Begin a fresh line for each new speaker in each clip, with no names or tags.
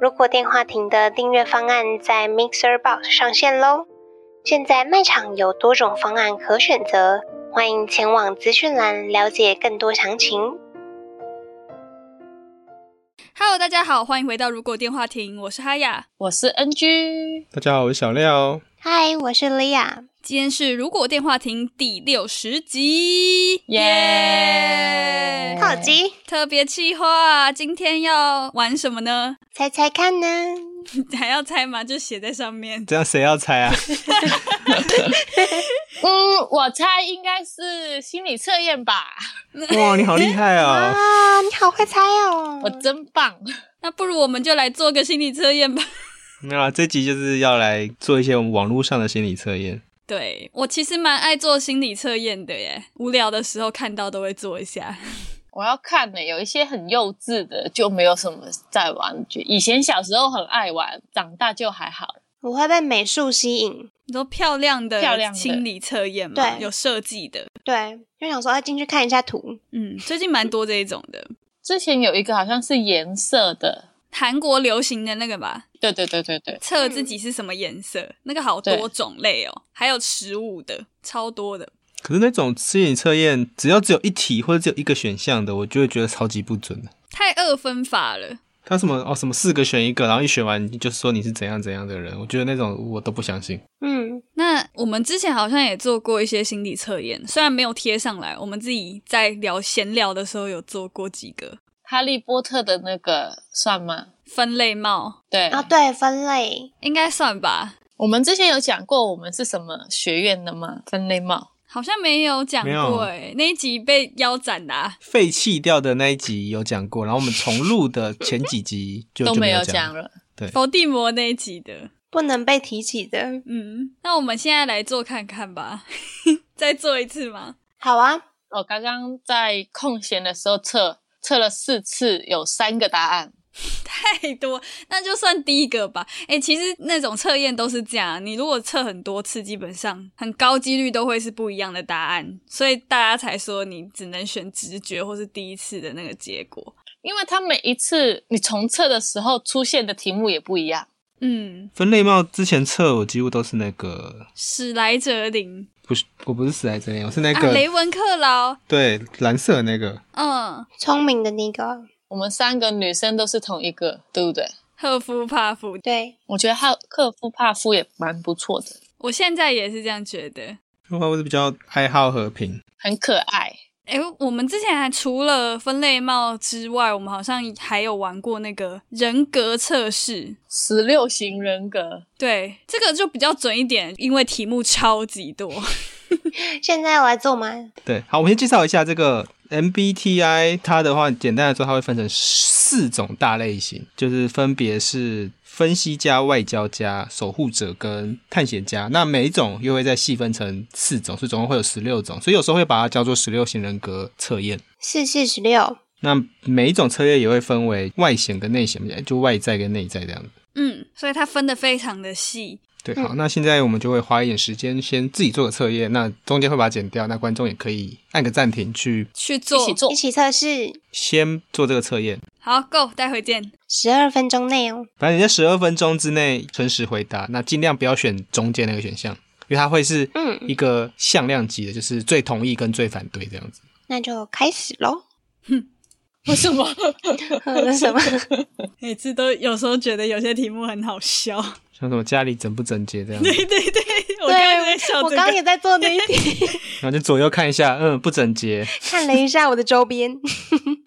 如果电话亭的订阅方案在 Mixer Box 上线喽。现在卖场有多种方案可选择，欢迎前往资讯栏了解更多详情。
Hello，大家好，欢迎回到《如果电话亭》，我是哈雅。
我是 NG，
大家好，我是小廖。
嗨，我是莉亚。
今天是《如果电话亭》第六十集，耶！
好奇，
特别企划，今天要玩什么呢？
猜猜看呢？
还要猜吗？就写在上面。
这样谁要猜啊？
嗯，我猜应该是心理测验吧，
哇，你好厉害 哦！
啊，你好会猜哦！
我真棒。
那不如我们就来做个心理测验吧。
没有啊，这集就是要来做一些我们网络上的心理测验。
对我其实蛮爱做心理测验的耶，无聊的时候看到都会做一下。
我要看呢、有一些很幼稚的就没有什么在玩，就以前小时候很爱玩，长大就还好。
我会被美术吸引，
你说漂亮的
漂亮的
心理测验嘛，
对
有设计的。
对，就想说要进去看一下图。
嗯，最近蛮多这一种的，
之前有一个好像是颜色的，
韩国流行的那个吧，
对对对对对，
嗯
测自己是什么颜色，那个好多种类哦，还有食物的，超多的。
可是那种心理测验，只要只有一题或者只有一个选项的，我就会觉得超级不准的。
太二分法了，
他什么哦什么四个选一个，然后一选完你就说你是怎样怎样的人，我觉得那种我都不相信。
嗯，
那我们之前好像也做过一些心理测验，虽然没有贴上来，我们自己在聊闲聊的时候有做过几个
哈利波特的那个算吗？
分类帽，
对，
啊，对，分类，
应该算吧？
我们之前有讲过我们是什么学院的吗？分类帽。
好像没有讲
没有
过诶、那一集被腰斩的、啊，
废弃掉的那一集有讲过，然后我们重录的前几集 就
都
就没
有
讲
讲
了。
了，
伏地魔那一集的。
不能被提起的。
嗯，那我们现在来做看看吧， 再做一次吗？
好啊，
我哦刚刚在空闲的时候测测了四次，有三个答案。
太多，那就算第一个吧。哎、其实那种测验都是这样，啊你如果测很多次，基本上很高几率都会是不一样的答案，所以大家才说你只能选直觉或是第一次的那个结果。
因为它每一次你重测的时候出现的题目也不一样。
嗯，
分类帽之前测我几乎都是那个，
史莱哲林、
不是我不是死在这里，我是那
啊，
个、
雷文克劳，
对蓝色的那个，
嗯，
聪明的那个，
我们三个女生都是同一个，对不对？
赫夫帕夫，
对，
我觉得哈克夫帕夫也蛮不错的，
我现在也是这样觉得。
的话我是比较爱好和平。
很可爱。
哎、我们之前还除了分类帽之外，我们好像还有玩过那个人格测试，
十六型人格，
对，这个就比较准一点，因为题目超级多。
现在我来做吗？
对，好，我们先介绍一下这个 MBTI，它的话，简单来说，它会分成四种大类型，就是分别是分析家、外交家、守护者跟探险家。那每一种又会再细分成四种，所以总共会有十六种，所以有时候会把它叫做十六型人格测验。
四四十六，
那每一种测验也会分为外显跟内显，就外在跟内在这样子。
嗯，所以它分的非常的细。
对，好，那现在我们就会花一点时间先自己做个测验，那中间会把它剪掉，那观众也可以按个暂停去
去做，
一起做
一。起测试，
先做这个测验。
好，Go，待会见。
十二分钟内哦。
反正你在十二分钟之内诚实回答，那尽量不要选中间那个选项，因为它会是
嗯
一个向量级的，就是最同意跟最反对这样子。
那就开始喽。
为什么？
那 什么？
每次都有时候觉得有些题目很好笑。
像什么家里整不整洁这样子，
对对对，我刚刚在
对，
笑
我
这
刚刚
个。
也在做那一题，
然后就左右看一下，嗯，不整洁，
看了一下我的周边。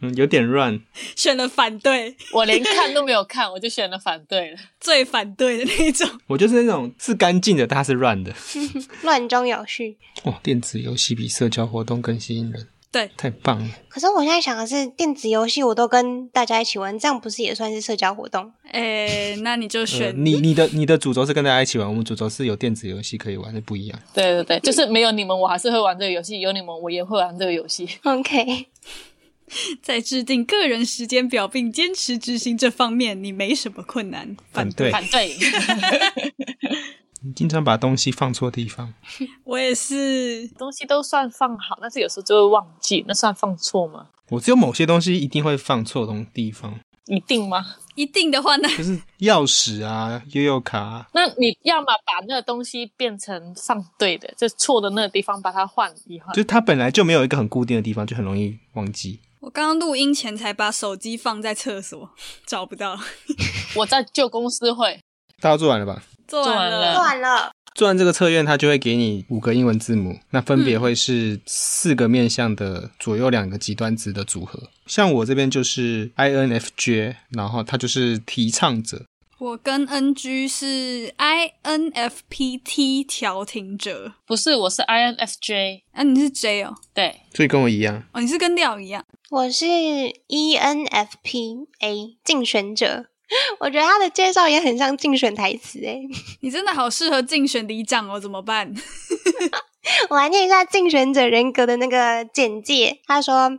嗯，有点乱。
选了反对，
我连看都没有看，我就选了反对了。
最反对的那 种。
我就是那种是干净的，但它是乱的。
乱中有序，
哦，电子游戏比社交活动更吸引人。
对，
太棒了！
可是我现在想的是，电子游戏我都跟大家一起玩，这样不是也算是社交活动？
哎，那你就
呃、
选
你你的你的主轴是跟大家一起玩，我们主轴是有电子游戏可以玩，是不一样。
对对对，就是没有你们我还是会玩这个游戏，有你们我也会玩这个游戏。
OK，
在制定个人时间表并坚持执行这方面，你没什么困难。
反对，
反对，
你经常把东西放错地方。
我也是，
东西都算放好，但是有时候就会忘记，那算放错吗？
我只有某些东西一定会放错东地方，
一定吗？
一定的话呢，
就是钥匙啊、悠悠卡、啊，
那你要么把那个东西变成放对的，就错的那个地方把它换一换
就。是它本来就没有一个很固定的地方，就很容易忘记。
我刚刚录音前才把手机放在厕所，找不到，
我在旧公司会，
大家做完了吧？
做完
做
了，
完了
做完了，
做完这个测验，它就会给你五个英文字母，那分别会是四个面向的左右两个极端值的组合。像我这边就是 INFJ，然后它就是提倡者，
我跟 NG 是 INFPT 调停者，
不是我是 INFJ，
啊，你是 J 哦，
对，
所以跟我一样。
哦，你是跟廖一样，
我是 E ENFPA 竞选者， 我觉得他的介绍也很像竞选台词欸诶。
你真的好适合竞选里长哦，怎么办？
我来念一下竞选者人格的那个简介。他说：“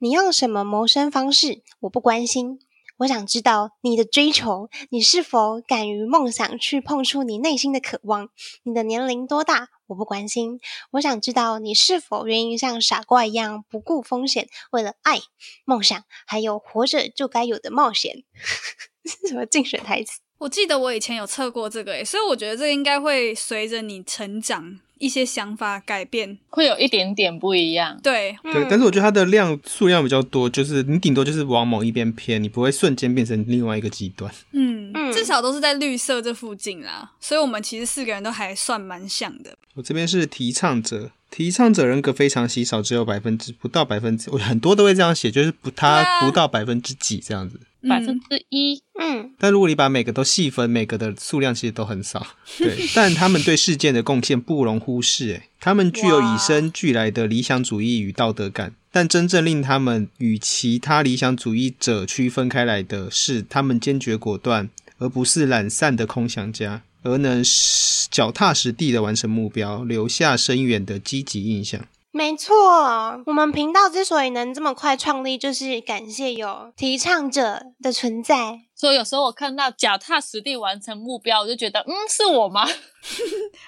你用什么谋生方式，我不关心。我想知道你的追求，你是否敢于梦想去碰触你内心的渴望。你的年龄多大，我不关心。我想知道你是否愿意像傻瓜一样不顾风险，为了爱、梦想，还有活着就该有的冒险。” 是什么竞选台词？
我记得我以前有测过这个诶，所以我觉得这个应该会随着你成长一些想法改变。
会有一点点不一样。
对，
嗯
对，但是我觉得它的量数量比较多，就是你顶多就是往某一边偏，你不会瞬间变成另外一个极端。
嗯，
嗯
至少都是在绿色这附近啦，所以我们其实四个人都还算蛮像的。
我这边是提倡者，提倡者人格非常稀少，只有百分之不到百分之，我很多都会这样写，就是不
对
它
啊
不到百分之几这样子。
百分
嗯，
之一，
嗯，
但如果你把每个都细分，每个的数量其实都很少。对， 但他们对事件的贡献不容忽视。诶，他们具有与生俱来的理想主义与道德感，但真正令他们与其他理想主义者区分开来的是，他们坚决果断，而不是懒散的空想家，而能实脚踏实地的完成目标，留下深远的积极印象。
没错，我们频道之所以能这么快创立，就是感谢有提倡者的存在。
所以有时候我看到脚踏实地完成目标，我就觉得，嗯，是我吗？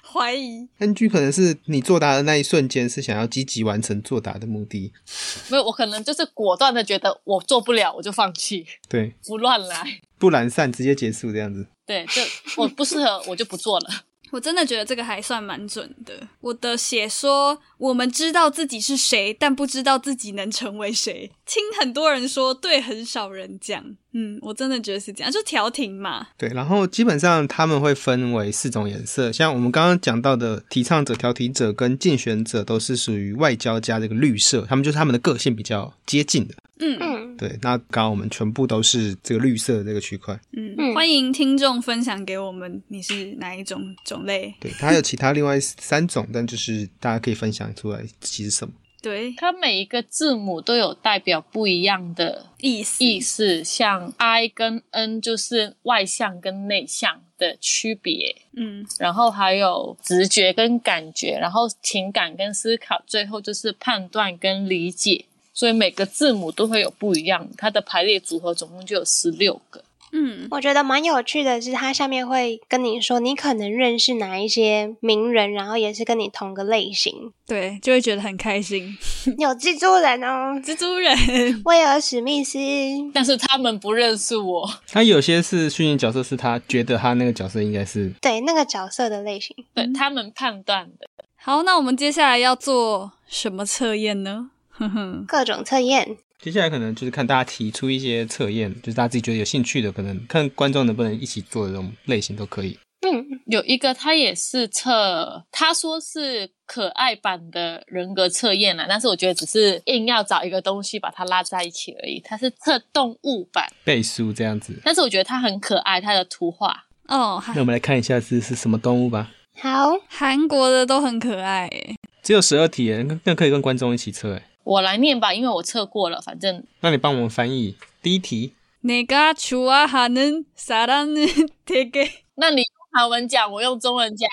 怀疑
NG 可能是你作答的那一瞬间是想要积极完成作答的目的，
没有，我可能就是果断的觉得我做不了，我就放弃，
对，
不乱来。
不懒散，直接结束这样子。
对，就我不适合，我就不做了。
我真的觉得这个还算蛮准的。我的写说，我们知道自己是谁，但不知道自己能成为谁。听很多人说，对很少人讲。嗯，我真的觉得是这样，就调停嘛。
对，然后基本上他们会分为四种颜色，像我们刚刚讲到的提倡者、调停者跟竞选者都是属于外交加这个绿色，他们就是他们的个性比较接近的。
嗯
嗯
对，那刚刚我们全部都是这个绿色的这个区块。
嗯
嗯
欢迎听众分享给我们你是哪一种种类。
对，它还有其他另外三种，但就是大家可以分享出来其实什么。
对，
它每一个字母都有代表不一样的
意思
意思，像 I 跟 N 就是外向跟内向的区别，
嗯
然后还有直觉跟感觉，然后情感跟思考，最后就是判断跟理解。所以每个字母都会有不一样，它的排列组合总共就有十六个。
嗯，
我觉得蛮有趣的是，它下面会跟你说你可能认识哪一些名人，然后也是跟你同个类型，
对，就会觉得很开心。
有蜘蛛人哦，
蜘蛛人，
威尔史密斯，
但是他们不认识我，
他有些是虚拟角色，是他觉得他那个角色应该是
对那个角色的类型。
对他们判断的。
好，那我们接下来要做什么测验呢？ 哼哼，
各种测验，
接下来可能就是看大家提出一些测验，就是大家自己觉得有兴趣的，可能看观众能不能一起做的这种类型都可以。
嗯，
有一个他也是测，他说是可爱版的人格测验啦，但是我觉得只是硬要找一个东西把它拉在一起而已。它是测动物版，
背书这样子。
但是我觉得它很可爱，它的图画。
哦，
那
韩
我们来看一下这是什么动物吧。
好，
韩国的都很可爱耶，
只有十二题耶，那那可以跟观众一起测哎。
我来念吧，因为我测过了，反正
那你帮我们翻译第一题。
내가좋아하는사람은 되게
那你用韩文讲，我用中文讲。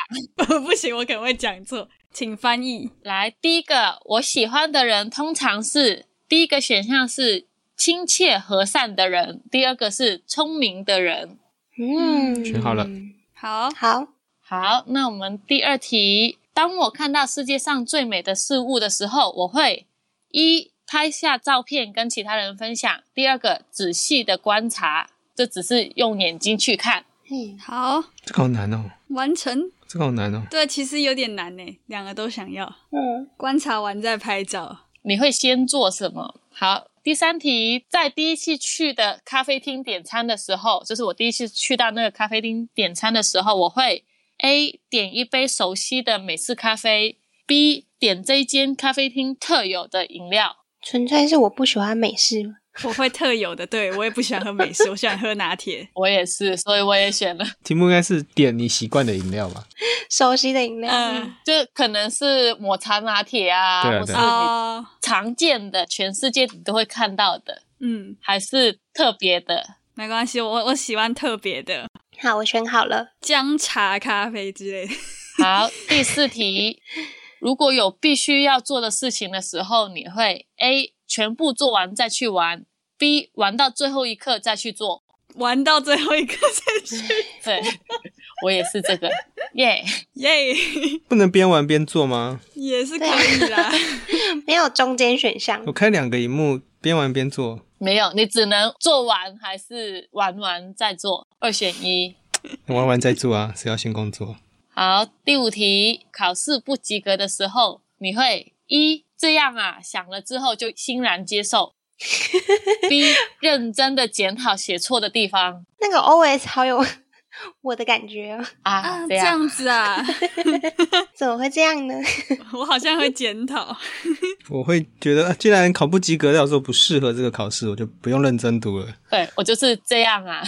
不行，我可能会讲错，请翻译。
来，第一个我喜欢的人通常是第一个选项是亲切和善的人，第二个是聪明的人。
嗯，
选好了，
好，
好，
好，那我们第二题，当我看到世界上最美的事物的时候，我会一拍下照片跟其他人分享，第二个仔细的观察，这只是用眼睛去看。
嗯，
好，
这个好难哦，
完成。
这个好难哦。
对，其实有点难呢，两个都想要。
嗯，
观察完再拍照。
你会先做什么？好，第三题，在第一次去的咖啡厅点餐的时候，就是我第一次去到那个咖啡厅点餐的时候，我会 A 点一杯熟悉的美式咖啡，B 点这一间咖啡厅特有的饮料。
纯粹是我不喜欢美式。
我会特有的，对我也不喜欢喝美式，我喜欢喝拿 铁。
我也是，所以我也选了，
题目应该是点你习惯的饮料吧？
熟悉的饮料，
嗯，
就可能是抹茶拿铁啊，
对啊
或是
对
你
哦，
常见的，全世界你都会看到的，
嗯，
还是特别的。
没关系，我我喜欢特别的
好，我选好了。
姜茶咖啡之类的。
好，第四题，如果有必须要做的事情的时候，你会 A 全部做完再去玩，B 玩到最后一刻再去做。
玩到最后一个才去，
对，我也是这个，耶、
耶、
不能边玩边做吗？
也是可以啦。
没有中间选项
我，开两个荧幕，边玩边做，
没有，你只能做完还是玩完再做，二选一。
玩完再做啊，谁要先工作？
好，第五题，考试不及格的时候，你会一这样啊，想了之后就欣然接受 ；B 认真的检讨写错的地方
那个 OS 好有 我的感觉哦，
啊，
啊，
这
这
样。
样子啊，
怎么会这样呢？
我好像会检讨。
我会觉得，啊既然考不及格，要说不适合这个考试，我就不用认真读了。
对我就是这样啊。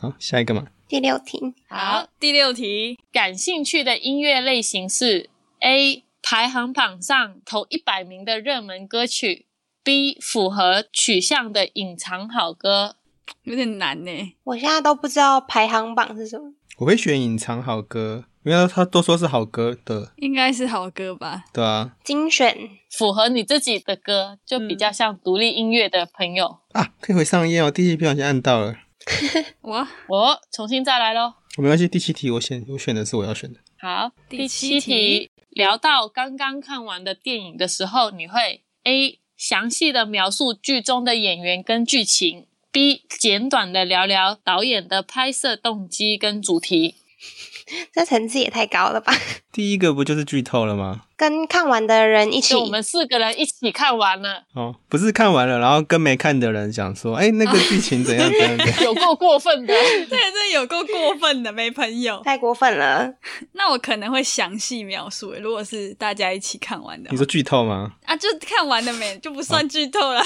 好，下一个嘛，
第六题，
好，，
第六题，
感兴趣的音乐类型是 A 排行榜上头一百名的热门歌曲，B 符合取向的隐藏好歌。
有点难呢。
我现在都不知道排行榜是什么。
我会选隐藏好歌，因为他都说是好歌的，
应该是好歌吧？
对啊。
精选
符合你自己的歌，就比
嗯
较像独立音乐的朋友。
啊，可以回上一页哦，第七题不小心按到了，
哇，
我重新再来喽。
我没关系，第七题我选，我选的是我要选的。
好，
第
第
七
七
题
题，聊到刚刚看完的电影的时候，你会 A 详细的描述剧中的演员跟剧情，B 简短的聊聊导演的拍摄动机跟主题。
这层次也太高了吧？
第一个不就是剧透了吗？
跟看完的人一起
就，我们四个人一起看完了，
哦，不是看完了，然后跟没看的人讲说，哎、那个剧情怎样怎样怎 样。
有够过分 的。
对，这有够过分的，没朋友。
太过分了。
那我可能会详细描述欸，如果是大家一起看完的
你
话
说剧透吗？
啊，就看完了没，就不算剧透啦。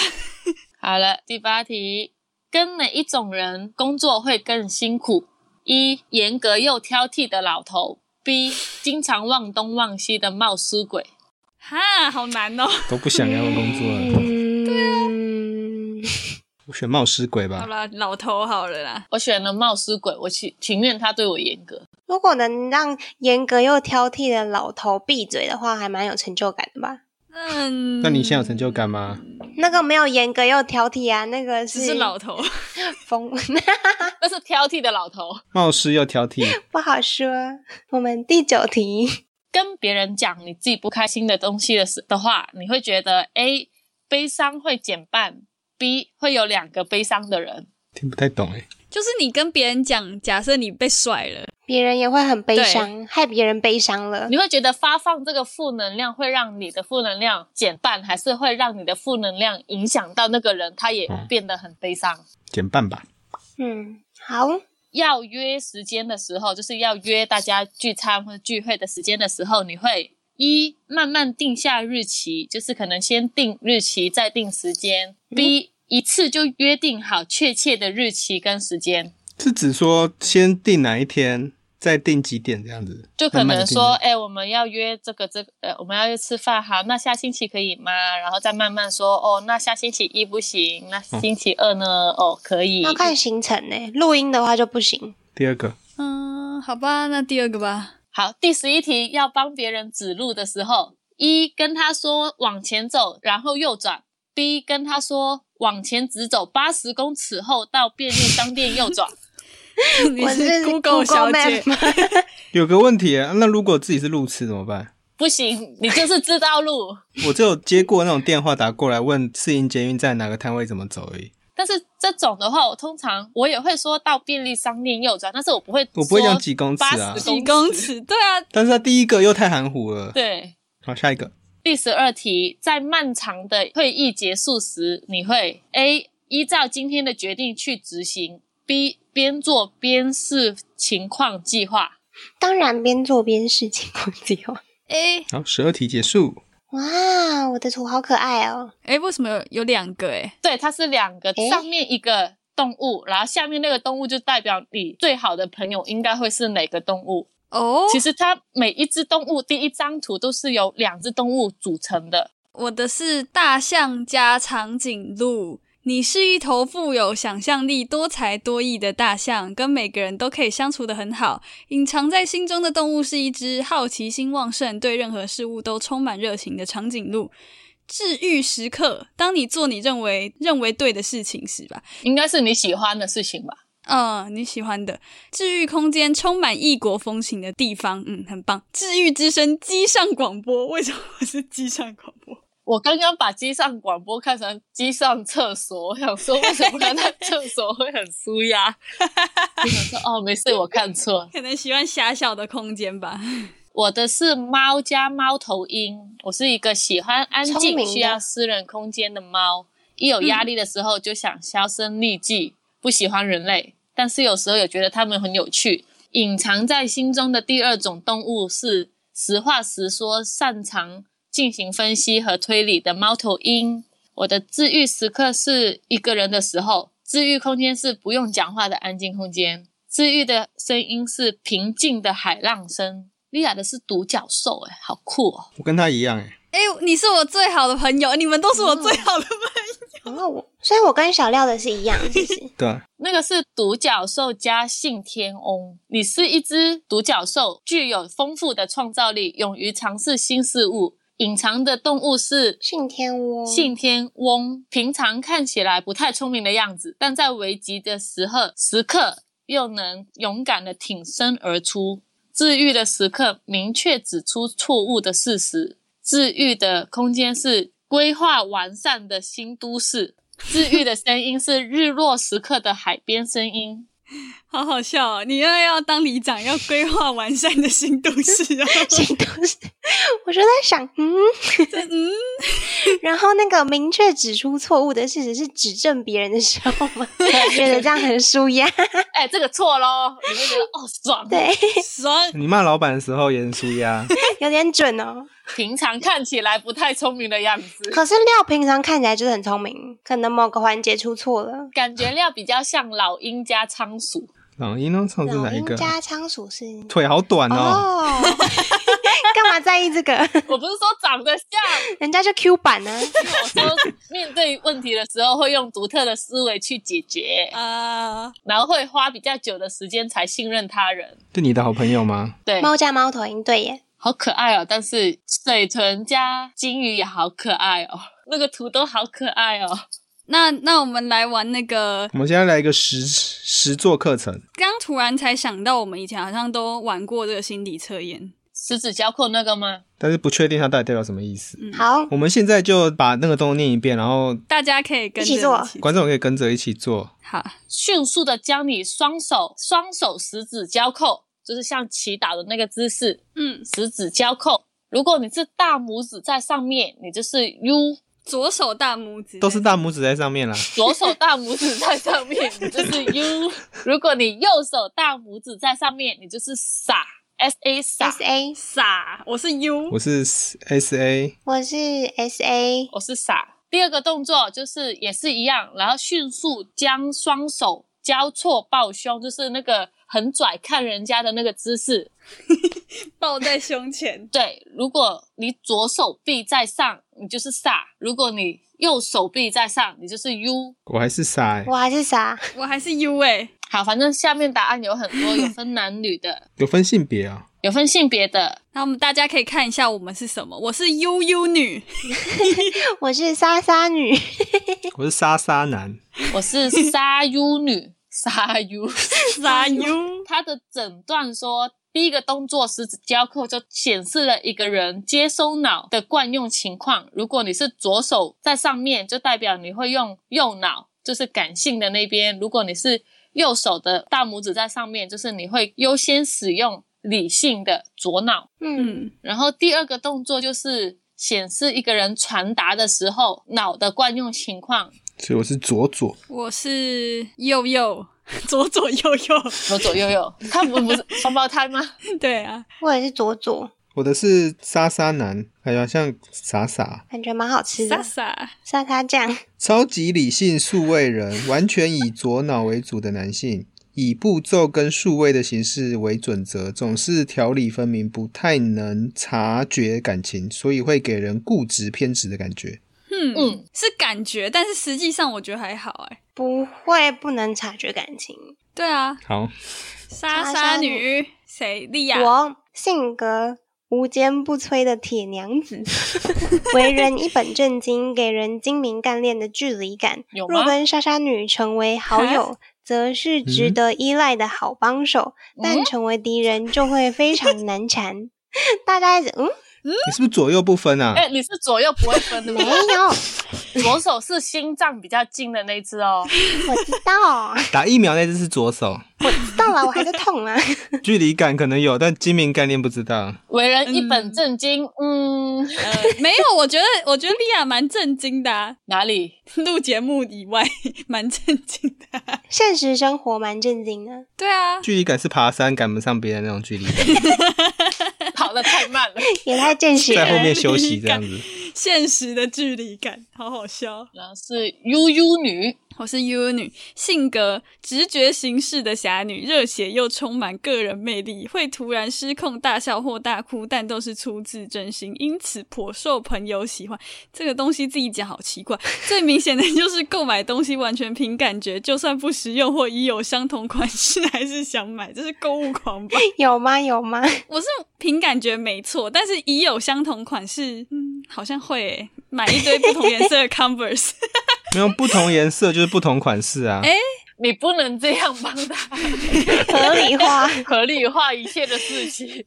好了，第八题，跟哪一种人工作会更辛苦？一严格又挑剔的老头，B 经常忘东忘西的冒失鬼。
哈，好难哦。
都不想要工作了，
嗯，
啊
我选冒失鬼
好
吧。
啦，老头好了啦。
我选了冒失鬼，我情情愿他对我严格。
如果能让严格又挑剔的老头闭嘴的话，还蛮有成就感的吧？
嗯，
那你现在有成就感吗？
那个没有严格又挑剔啊，那个
只是老头，
疯，
那是挑剔的老头，
冒失又挑剔，
不好说。我们第九题，
跟别人讲你自己不开心的东西的时的话，你会觉得 A 悲伤会减半，B 会有两个悲伤的人。
听不太懂哎、
就是你跟别人讲，假设你被甩了，
别人也会很悲伤，害别人悲伤了。
你会觉得发放这个负能量会让你的负能量减半，还是会让你的负能量影响到那个人，他也
嗯
变得很悲伤？
减半吧。
嗯，好，
要约时间的时候，就是要约大家聚餐或者聚会的时间的时候，你会一慢慢定下日期，就是可能先定日期再定时间。B
嗯
一次就约定好确切的日期跟时间。
是指说先定哪一天，再定几点这样子，
就可
慢慢
能
地
说，
定
哎、我们要约这个这个，呃，我们要约吃饭，好，那下星期可以吗？然后再慢慢说，哦，那下星期一不行，那
嗯
星期二呢？哦，可以。
要看行程呢、录音的话就不行。
第二个，
嗯，好吧，那第二个 吧。
好，第十一题，要帮别人指路的时候，一跟他说往前走，然后右转；B 跟他说往前直走八十公尺后到便利商店右转。
你
我是
Google 小
Google
姐
Map
有个问题啊，那如果自己是路痴怎么办？
不行，你就是知道路。
我只有接过那种电话打过来问市营捷运站哪个摊位怎么走而已，
但是这种的话，我通常我也会说到便利商店右转，但是我不会，
我不会讲几公尺啊
八十
几公尺？对啊，
但是他第一个又太含糊了。
对，
好，下一个，
第十二题，在漫长的会议结束时，你会 A 依照今天的决定去执行，B 边做边视情况计划。
当然边做边试情况计划。
诶、
好，十二题结束。
哇，我的图好可爱哦！
诶、为什么有有两个、欸诶
对，它是两个
诶，
上面一个动物，然后下面那个动物就代表你最好的朋友应该会是哪个动物。
哦，
其实它每一只动物第一张图都是由两只动物组成的。
我的是大象加长颈鹿。你是一头富有想象力、多才多艺的大象，跟每个人都可以相处的很好。隐藏在心中的动物是一只好奇心旺盛、对任何事物都充满热情的长颈鹿。治愈时刻，当你做你认为认为对的事情时吧，
应该是你喜欢的事情吧？
嗯，你喜欢的治愈空间，充满异国风情的地方，嗯，很棒。治愈之声，机上广播，为什么我是机上广播？
我刚刚把机上广播看成机上厕所，我想说为什么那厕所会很舒压？我想说哦，没事，我看错了。
可能喜欢狭小的空间吧。
我的是猫加猫头鹰，我是一个喜欢安
聪
静、
明的
需要私人空间的猫。一有压力的时候就想销声匿迹，不喜欢人类，但是有时候也觉得它们很有趣。隐藏在心中的第二种动物是实话实说、擅长进行分析和推理的猫头鹰。我的治愈时刻是一个人的时候，治愈空间是不用讲话的安静空间，治愈的声音是平静的海浪声。莉亚的是独角兽、欸，好酷哦！
我跟他一样哎、
哎、你是我最好的朋友，你们都是我最好的朋友。
哦，我所以我跟小廖的是一样，其 实
对啊，
那个是独角兽加信天翁。你是一只独角兽，具有丰富的创造力，勇于尝试新事物。隐藏的动物是
信天翁。
信天翁，平常看起来不太聪明的样子，但在危急的时刻时刻又能勇敢的挺身而出。治愈的时刻，明确指出错误的事实。治愈的空间是规划完善的新都市。治愈的声音是日落时刻的海边声音。
好好笑哦！你又要当里长，要规划完善的新都市 啊！
信都是，我就在想，嗯，
嗯，
然后那个明确指出错误的事实是指正别人的时候 吗？觉得这样很舒压，
哎、这个错咯，你会觉得哦爽。
对，
爽。
你骂老板的时候也很舒压，
有点准哦。
平常看起来不太聪明的样子。
可是廖平常看起来就是很聪明，可能某个环节出错了。
感觉料比较像老鹰加仓鼠，
老鹰呢？上次
老
哪一
鹰
个啊？
加仓鼠是
腿好短哦，
哦， 干嘛在意这个？
我不是说长得像，
人家就 Q 版呢、啊。
我说面对问题的时候会用独特的思维去解决，
啊、
然后会花比较久的时间才信任他人。
是你的好朋友吗？
对，
猫加猫头鹰，对耶，
好可爱哦！但是水豚加金鱼也好可爱哦， 那个图都好可爱哦。
那那我们来玩那个，
我们现在来一个实实作课程，
刚突然才想到，我们以前好像都玩过这个心理测验。
十指交扣那个吗？
但是不确定它到底代表什么意思。
好，
我们现在就把那个动作念一遍，然后
大家可以跟着
一起做
起
观众也可以跟着一起做。
好，
迅速的将你双手双手十指交扣，就是像祈祷的那个姿势，
嗯，
十指交扣。如果你是大拇指在上面，你就是 U
左手大拇指
都是大拇指在上面啦。
左手大拇指在上面，你就是 U；如果你右手大拇指在上面，你就是傻 S A 傻。
S A，
傻，我是 U
嗯
我是 S A，
我是 S A，
我是傻。第二个动作就是也是一样，然后迅速将双手交错抱胸，就是那个很拽，看人家的那个姿势。
抱在胸前，
对，如果你左手臂在上，你就是煞；如果你右手臂在上，你就是 U。
我还是傻、欸，
我还是傻，
我还是 U 哎、
好，反正下面答案有很多，有分男女的，
有分性别啊。
有分性别的。
那我们大家可以看一下我们是什么，我是 UU 女，
我是莎莎女，嗯
我是莎莎男，
我是沙 U 女，沙 U。
傻 U，
他的诊断说，第一个动作十指交扣就显示了一个人接收脑的惯用情况。如果你是左手在上面，就代表你会用右脑，就是感性的那边；如果你是右手的大拇指在上面，就是你会优先使用理性的左脑。
嗯，
嗯，
然后第二个动作就是显示一个人传达的时候脑的惯用情况，
所以我是左左。
我是右右， 左左右右，
左左右右。他们不是双胞胎吗？
对啊，
我也是左左，
我的是莎莎男，哎呀，像傻傻，
感觉蛮好吃
傻
的
傻，
沙沙酱。
超级理性数位人，完全以左脑为主的男性，以步骤跟数位的形式为准则，总是条理分明，不太能察觉感情，所以会给人固执偏执的感觉。
嗯
嗯
是感觉，但是实际上我觉得还好哎、
不会不能察觉感情。
对啊，
好，
莎
莎
莎
莎
女谁？莉亚，
我性格无坚不摧的铁娘子， 为人一本正经，给人精明干练的距离感。
有
若
吗？
跟莎莎女成为好友，则是值得依赖的好帮手，
嗯
但成为敌人就会非常难缠。 大家一直嗯，
你是不是左右不分啊？
哎，你是左右不会分的 吗
没？有，
左手是心脏比较近的那一只哦。
我知道，
打疫苗那只是左手，
我知道了，我还在痛啊。
距离感可能有，但精明概念不知道。
为人一本正经，嗯，
呃，没有，我觉得 我觉得莉亚蛮震惊的、啊，
哪里？
录节目以外 蛮震惊的、啊。
现实生活蛮震惊的，
对啊，
距离感是爬山赶不上别人那种距离感，
跑得太慢了。
也太见血
在后
了。
面休息这样子。
现实的距离感，好好笑。
然后是悠悠女，
我是 U 女，性格直觉行事的侠女，热血又充满个人魅力，会突然失控大笑或大哭，但都是出自真心，因此颇受朋友喜欢。这个东西自己讲好奇怪， 最明显的就是购买东西完全凭感觉，就算不实用或已有相同款式， 还是想买，这是购物狂吧？
有吗？有 吗？
我是凭感觉没错，但是已有相同款式，嗯，好像会诶、买一堆不同颜色的 Converse。
没有不同颜色就是不同款式啊。
哎
你不能这样帮他。
合理化。
合理化一切的事情。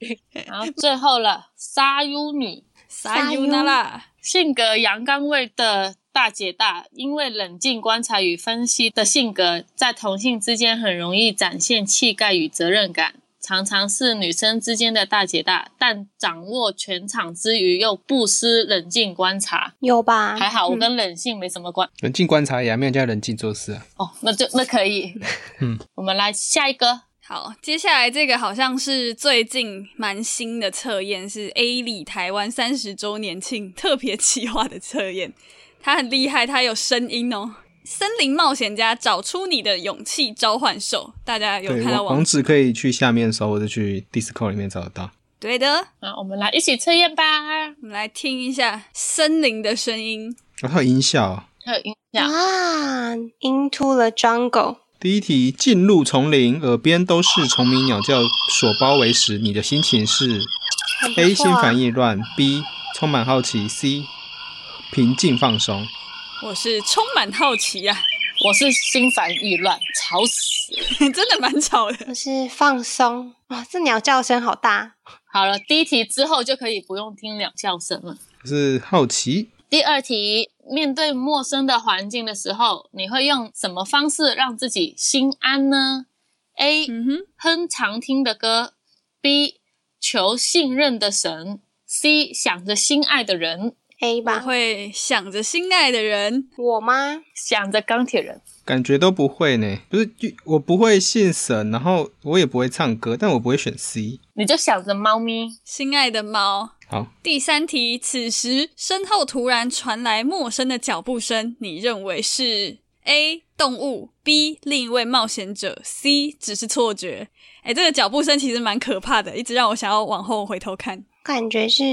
然后最后了，沙优女，
啥
啥
U
哟
那啦？
性格阳刚味的大姐大，因为冷静观察与分析的性格，在同性之间很容易展现气概与责任感。常常是女生之间的大姐大，但掌握全场之余又不失冷静观察。
有吧？
还好我跟冷性没什么关、
冷静观察也还没有叫冷静做事啊。
哦，那就那可以。
嗯，
我们来下一个，
好，接下来这个好像是最近蛮新的测验，是 A 里台湾三十周年庆特别企划的测验。它很厉害，它有声音哦。森林冒险家找出你的勇气召唤兽，大家有
对，
看到
网
网
网址可以去下面搜，或者去 Discord 里面找得到。
对的，
那我们来一起测验吧。
我们来听一下森林的声音。
然后音效哦。
还有音响，
啊，Into the Jungle，
第一题，进入丛林，耳边都是虫鸣鸟叫所包围时，你的心情是
很不
A
错
心
啊
烦意乱，B 充满好奇，C 平静放松。
我是充满好奇啊呀、
我是心烦意乱，吵死。
真的蛮吵的。
我是放松。哇，这鸟叫声好大，
好了，第一题之后就可以不用听鸟叫声了。
我是好奇，
第二题，面对陌生的环境的时候，你会用什么方式让自己心安呢？A.
嗯哼，
哼常听的歌，B. 求信任的神，C. 想着心爱的人，
A
我
吧？
会想着心爱的人，
我吗？
想着钢铁人。
感觉都不会呢，不是就我不会信神，然后我也不会唱歌，但我不会选 C。
你就想着猫咪，
心爱的猫。
好，
第三题，此时身后突然传来陌生的脚步声，你认为是 A 动物；B 另一位冒险者；C 只是错觉。哎，这个脚步声其实蛮可怕的，一直让我想要往后回头看。
感觉是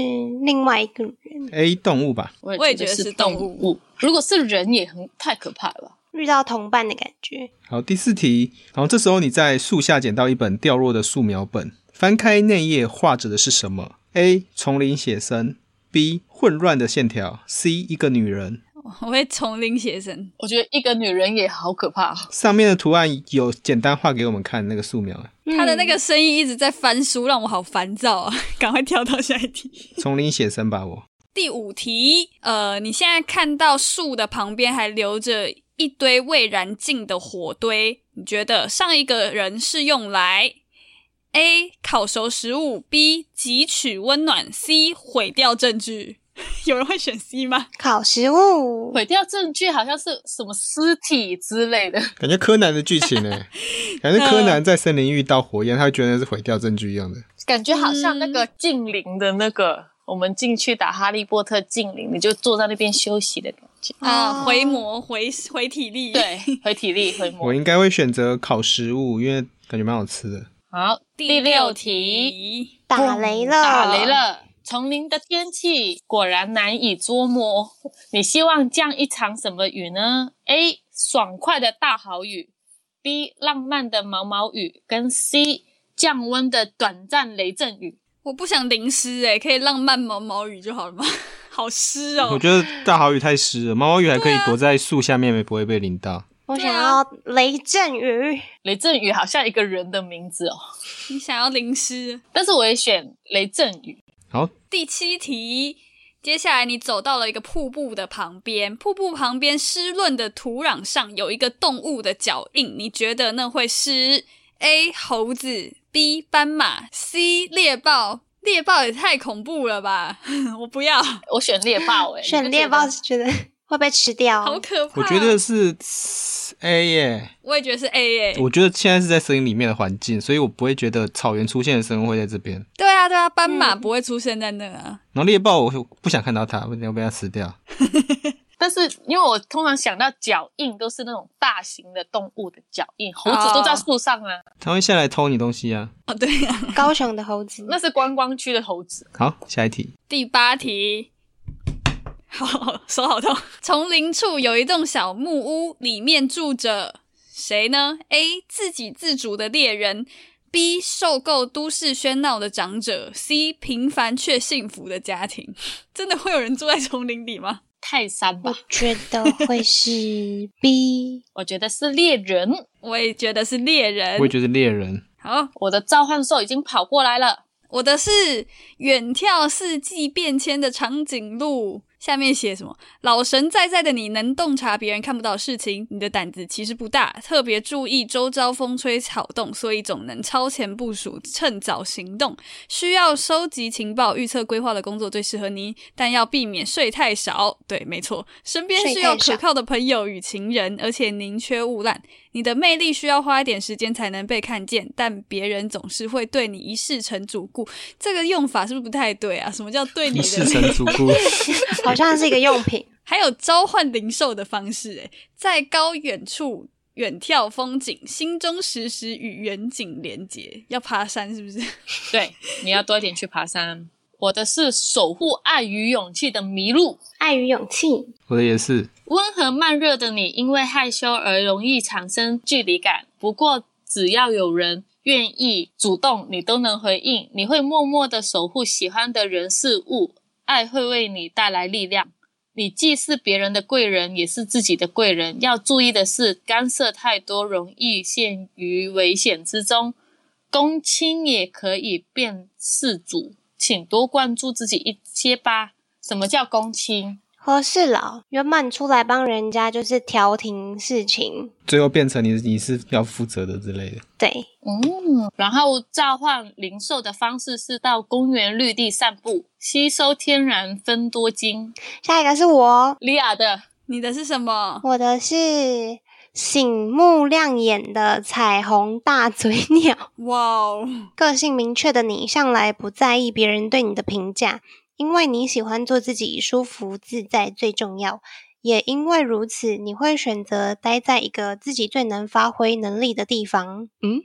另外一个人
A 动物吧，
我
我也
觉
觉得是
是
动物
物。如果是人也很太可怕了吧。
遇到同伴的感觉。
好，第四题。然后这时候你在树下捡到一本掉落的素描本，翻开内页，画着的是什么？A. 丛林写生，B. 混乱的线条，C. 一个女人。
我会从零写生，
我觉得一个女人也好可怕、啊。
上面的图案有简单画给我们看那个素描，
他的那
嗯
个声音一直在翻书，让我好烦躁啊！ 赶快跳到下一题。
丛林写生吧，我
第五题，呃，你现在看到树的旁边还留着一堆未燃尽的火堆，你觉得上一个人是用来 A 烤熟食物，B 汲取温暖，C 毁掉证据？ 有人会选 C 吗？
烤食物，
毁掉证据好像是什么尸体之类的，
感觉柯南的剧情呢、欸 感觉柯南在森林遇到火焰，他会觉得是毁掉证据一样的。
感觉好像那个近邻的那个，我们进去打哈利波特近邻，你就坐在那边休息的感觉。
啊、
哦
回魔回回体力，，
对，回体力，回魔
我。应该会选择烤食物，因为感觉蛮好吃的。
好，
第
第
六
六题，
题。
打雷了，
打雷，了。丛林的天气果然难以捉摸，你希望降一场什么雨呢？A. 爽快的大豪雨，B. 浪漫的毛毛雨，跟 C. 降温的短暂雷阵雨。
我不想淋湿诶、可以浪漫毛毛雨就好了吗？ 好湿哦、
我觉得大豪雨太湿了，毛毛雨还可以躲在树下面，不会被淋到。
我
对
想
啊
要雷阵雨，
雷阵雨好像一个人的名字哦，
你想要淋湿。
但是我也选雷阵雨。
好，
第七题，接下来你走到了一个瀑布的旁边，瀑布旁边湿润的土壤上有一个动物的脚印，你觉得那会是 A 猴子，B 斑马，C 猎豹？猎豹也太恐怖了吧！ 我不要，
我选猎豹、欸，哎，
选猎豹是觉得会被吃掉，
好可怕。
我觉得，是 A 耶、
我也觉得是 A 耶、
我觉得现在是在森林里面的环境，所以我不会觉得草原出现的生物会在这边。
对啊，对啊，斑马
嗯
不会出现在那啊。
然后猎豹，我不想看到它，我要被它吃掉。
但是因为我通常想到脚印都是那种大型的动物的脚印，猴子
哦
都在树上啊，
它会下来偷你东西啊！
哦，对啊。
高雄的猴子，
那是观光区的猴子。
好，下一题，
第八题， 好手好痛。丛林处有一栋小木屋，里面住着谁呢？A. 自给自足的猎人，B. 受够都市喧闹的长者，C. 平凡却幸福的家庭。 真的会有人住在丛林里吗？
泰山吧
我，觉得会 是 B，
我觉得是猎人。
我也觉得是猎人
我也。觉得是猎人。
好，
我的召唤兽已经跑过来了，
我的是远眺四季变迁的长颈鹿。下面写什么？老神在在的你能洞察别人看不到的事情，你的胆子其实不大，特别注意周遭风吹草动，所以总能超前部署，趁早行动。需要收集情报、预测规划的工作最适合你，但要避免睡太少。对，没错，身边
睡
需要
太少
可靠的朋友与情人，而且宁缺毋滥。你的魅力需要花一点时间才能被看见，但别人总是会对你一世成主顾。这个用法是不是不太对啊？什么叫对你
一
的
世
魅
成
力？
主顾，
好像是一个用品，
还有召唤灵兽的方式、诶，在高远处远眺风景，心中时时与远景连结。要爬山是不 是？
对，你要多一点去爬山。我的是守护爱与勇气的麋鹿，
爱与勇气，
我的也是。
温和慢热的你，因为害羞而容易产生距离感。不过，只要有人愿意主动，你都能回应。你会默默的守护喜欢的人事物，爱会为你带来力量。你既是别人的贵人，也是自己的贵人。要注意的是，干涉太多容易陷于危险之中。公亲也可以变事主，请多关注自己一些吧。什么叫公亲？
和事佬，原本出来帮人家就是调停事情，
最后变成你你是要负责的之类的。
对，
嗯，然后召唤灵兽的方式是到公园绿地散步，吸收天然芬多精。
下一个是我，
莉亚的
你的是什么？
我的是醒目亮眼的彩虹大嘴鸟。
哇哦！
个性明确的你，向来不在意别人对你的评价，因为你喜欢做自己，舒服自在最重要。也因为如此，你会选择待在一个自己最能发挥能力的地方。嗯，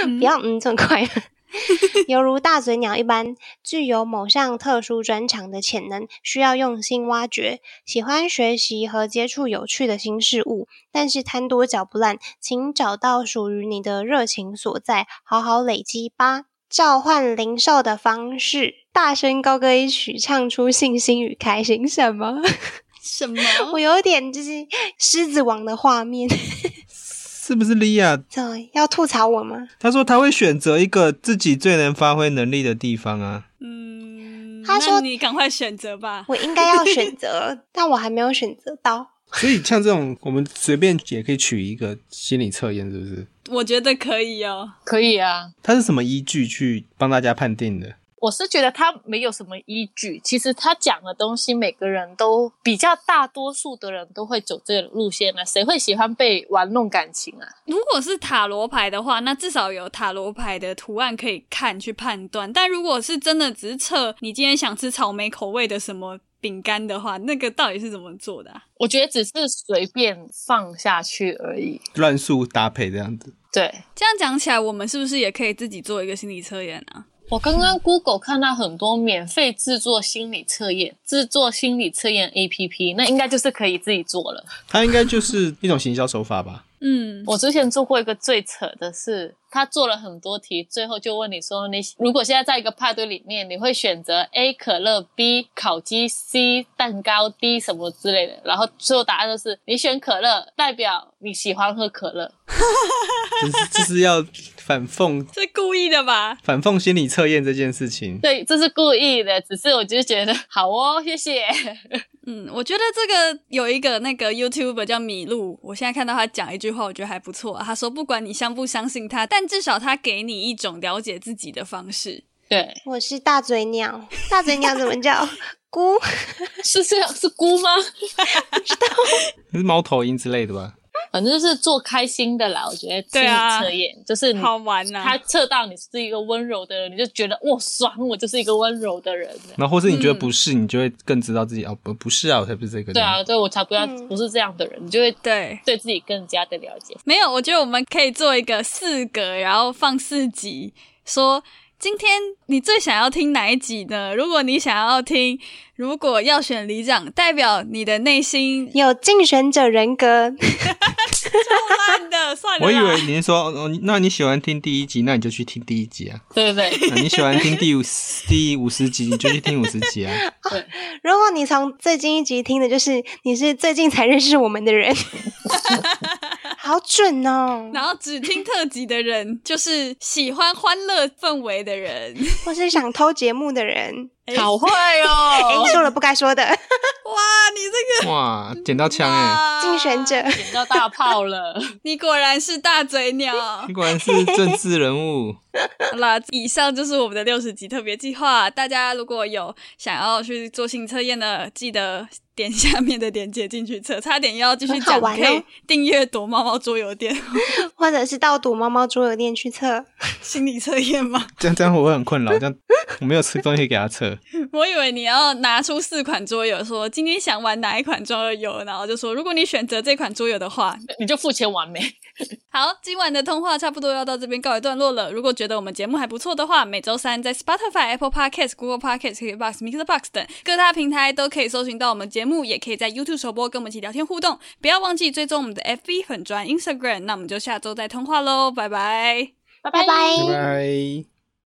嗯，
不要嗯这么快。 犹如大嘴鸟一般，具有某项特殊专长的潜能，需要用心挖掘。喜欢学习和接触有趣的新事物，但是贪多嚼不烂，请找到属于你的热情所在，好好累积吧。召唤灵兽的方式，大声高歌一曲，唱出信心与开心。什么？
什么？
我有点就是狮子王的画面。
是不是莉亚？
怎么要吐槽我吗？
他说他会选择一个自己最能发挥能力的地方啊。
嗯，
他说
那你赶快选择吧。
我应该要选择， 但我还没有选择到。
所以像这种，我们随便也可以取一个心理测验，是不是？
我觉得可以哦。
可以啊。
它是什么依据去帮大家判定的？
我是觉得他没有什么依据。其实他讲的东西，每个人都比较大多数的人都会走这个路线呢、谁会喜欢被玩弄感情啊？
如果是塔罗牌的话，那至少有塔罗牌的图案可以看去判断。但如果是真的只是测你今天想吃草莓口味的什么饼干的话，那个到底是怎么做的啊、
我觉得只是随便放下去而已。
乱数搭配这样子，
对
这样讲起来，我们是不是也可以自己做一个心理测验啊？
我刚刚 Google 看到很多免费制作心理测验、制作心理测验 APP，那应该就是可以自己做了。
它应该就是一种行销手法吧？
嗯，
我之前做过一个最扯的是，他做了很多题，最后就问你说，你如果现在在一个派对里面，你会选择 A 可乐、B 烤鸡、C 蛋糕、D 什么之类的，然后最后答案就是你选可乐，代表你喜欢喝可乐。
就是就是要反讽
是故意的吧？
反讽心理测验这件事情。
对，这是故意的，只是我就觉得好哦，谢谢。
嗯，我觉得这个有一个那个 YouTuber 叫米露，我现在看到他讲一句话，我觉得还不错、他说，不管你相不相信他，但至少他给你一种了解自己的方式。
对，
我是大嘴鸟，大嘴鸟怎么叫？ 咕，
是这样，是姑吗？
是猫头鹰之类的吧？
反正就是做开心的啦，我觉得心
对
理
啊
测验就是你
好玩啊呐、
嗯他测到你是一个温柔的人，你就觉得哇爽，我就是一个温柔的人。
然后或是你觉得
嗯
不是，你就会更知道自己哦不不是啊，我才不是这个。
对啊，，对我才不要
嗯
不是这样的人，你就会
对，
对自己更加的了解。
没有，我觉得我们可以做一个四格，然后放四集，说今天你最想要听哪一集呢？如果你想要听，如果要选里长，代表你的内心
有竞选者人格。
烂的，算了啦。
我以为你是说哦，哦那你喜欢听第一集，那你就去听第一集啊。
对对对，
啊你喜欢听第五 十第五十集，你就去听五十集啊。
如果你从最近一集听的就是你是最近才认识我们的人，好准哦！
然后只听特辑的人，就是喜欢欢乐氛围的 人。
或是想偷节目的人，
好会
哎、
哦，
说了不该说的
哇，你这
哇，捡到枪哎、
个
竞选者，
捡到大炮了。
欸 你果然是大嘴鸟
你。果然是政治人物，
好啦，以上就是我们的六十集特别计划。大家如果有想要去做心理测验的，记得点下面的链接进去测。差点又要继续
很好
讲，
玩哦
可以订阅躲猫猫桌游店
或者是到躲猫猫桌游店去测。
心理测验吗？
这样这样我会很困扰，这样我没有吃东西给他测。
我以为你要拿出四款桌游，说今天想玩哪一款桌游，然后就说如果你选择这款桌游的话，
你就付钱完没？
好，今晚的通话差不多要到这边告一段落了。如果觉得我们节目还不错的话，每周三在 Spotify、Apple Podcast、Google Podcast、KKBox、Mixer Box 等各大平台都可以搜寻到我们节目，也可以在 YouTube 首播跟我们一起聊天互动。不要忘记追踪我们的 FB 粉砖 Instagram。那我们就下周再通话喽，拜拜。
拜
拜拜
拜拜。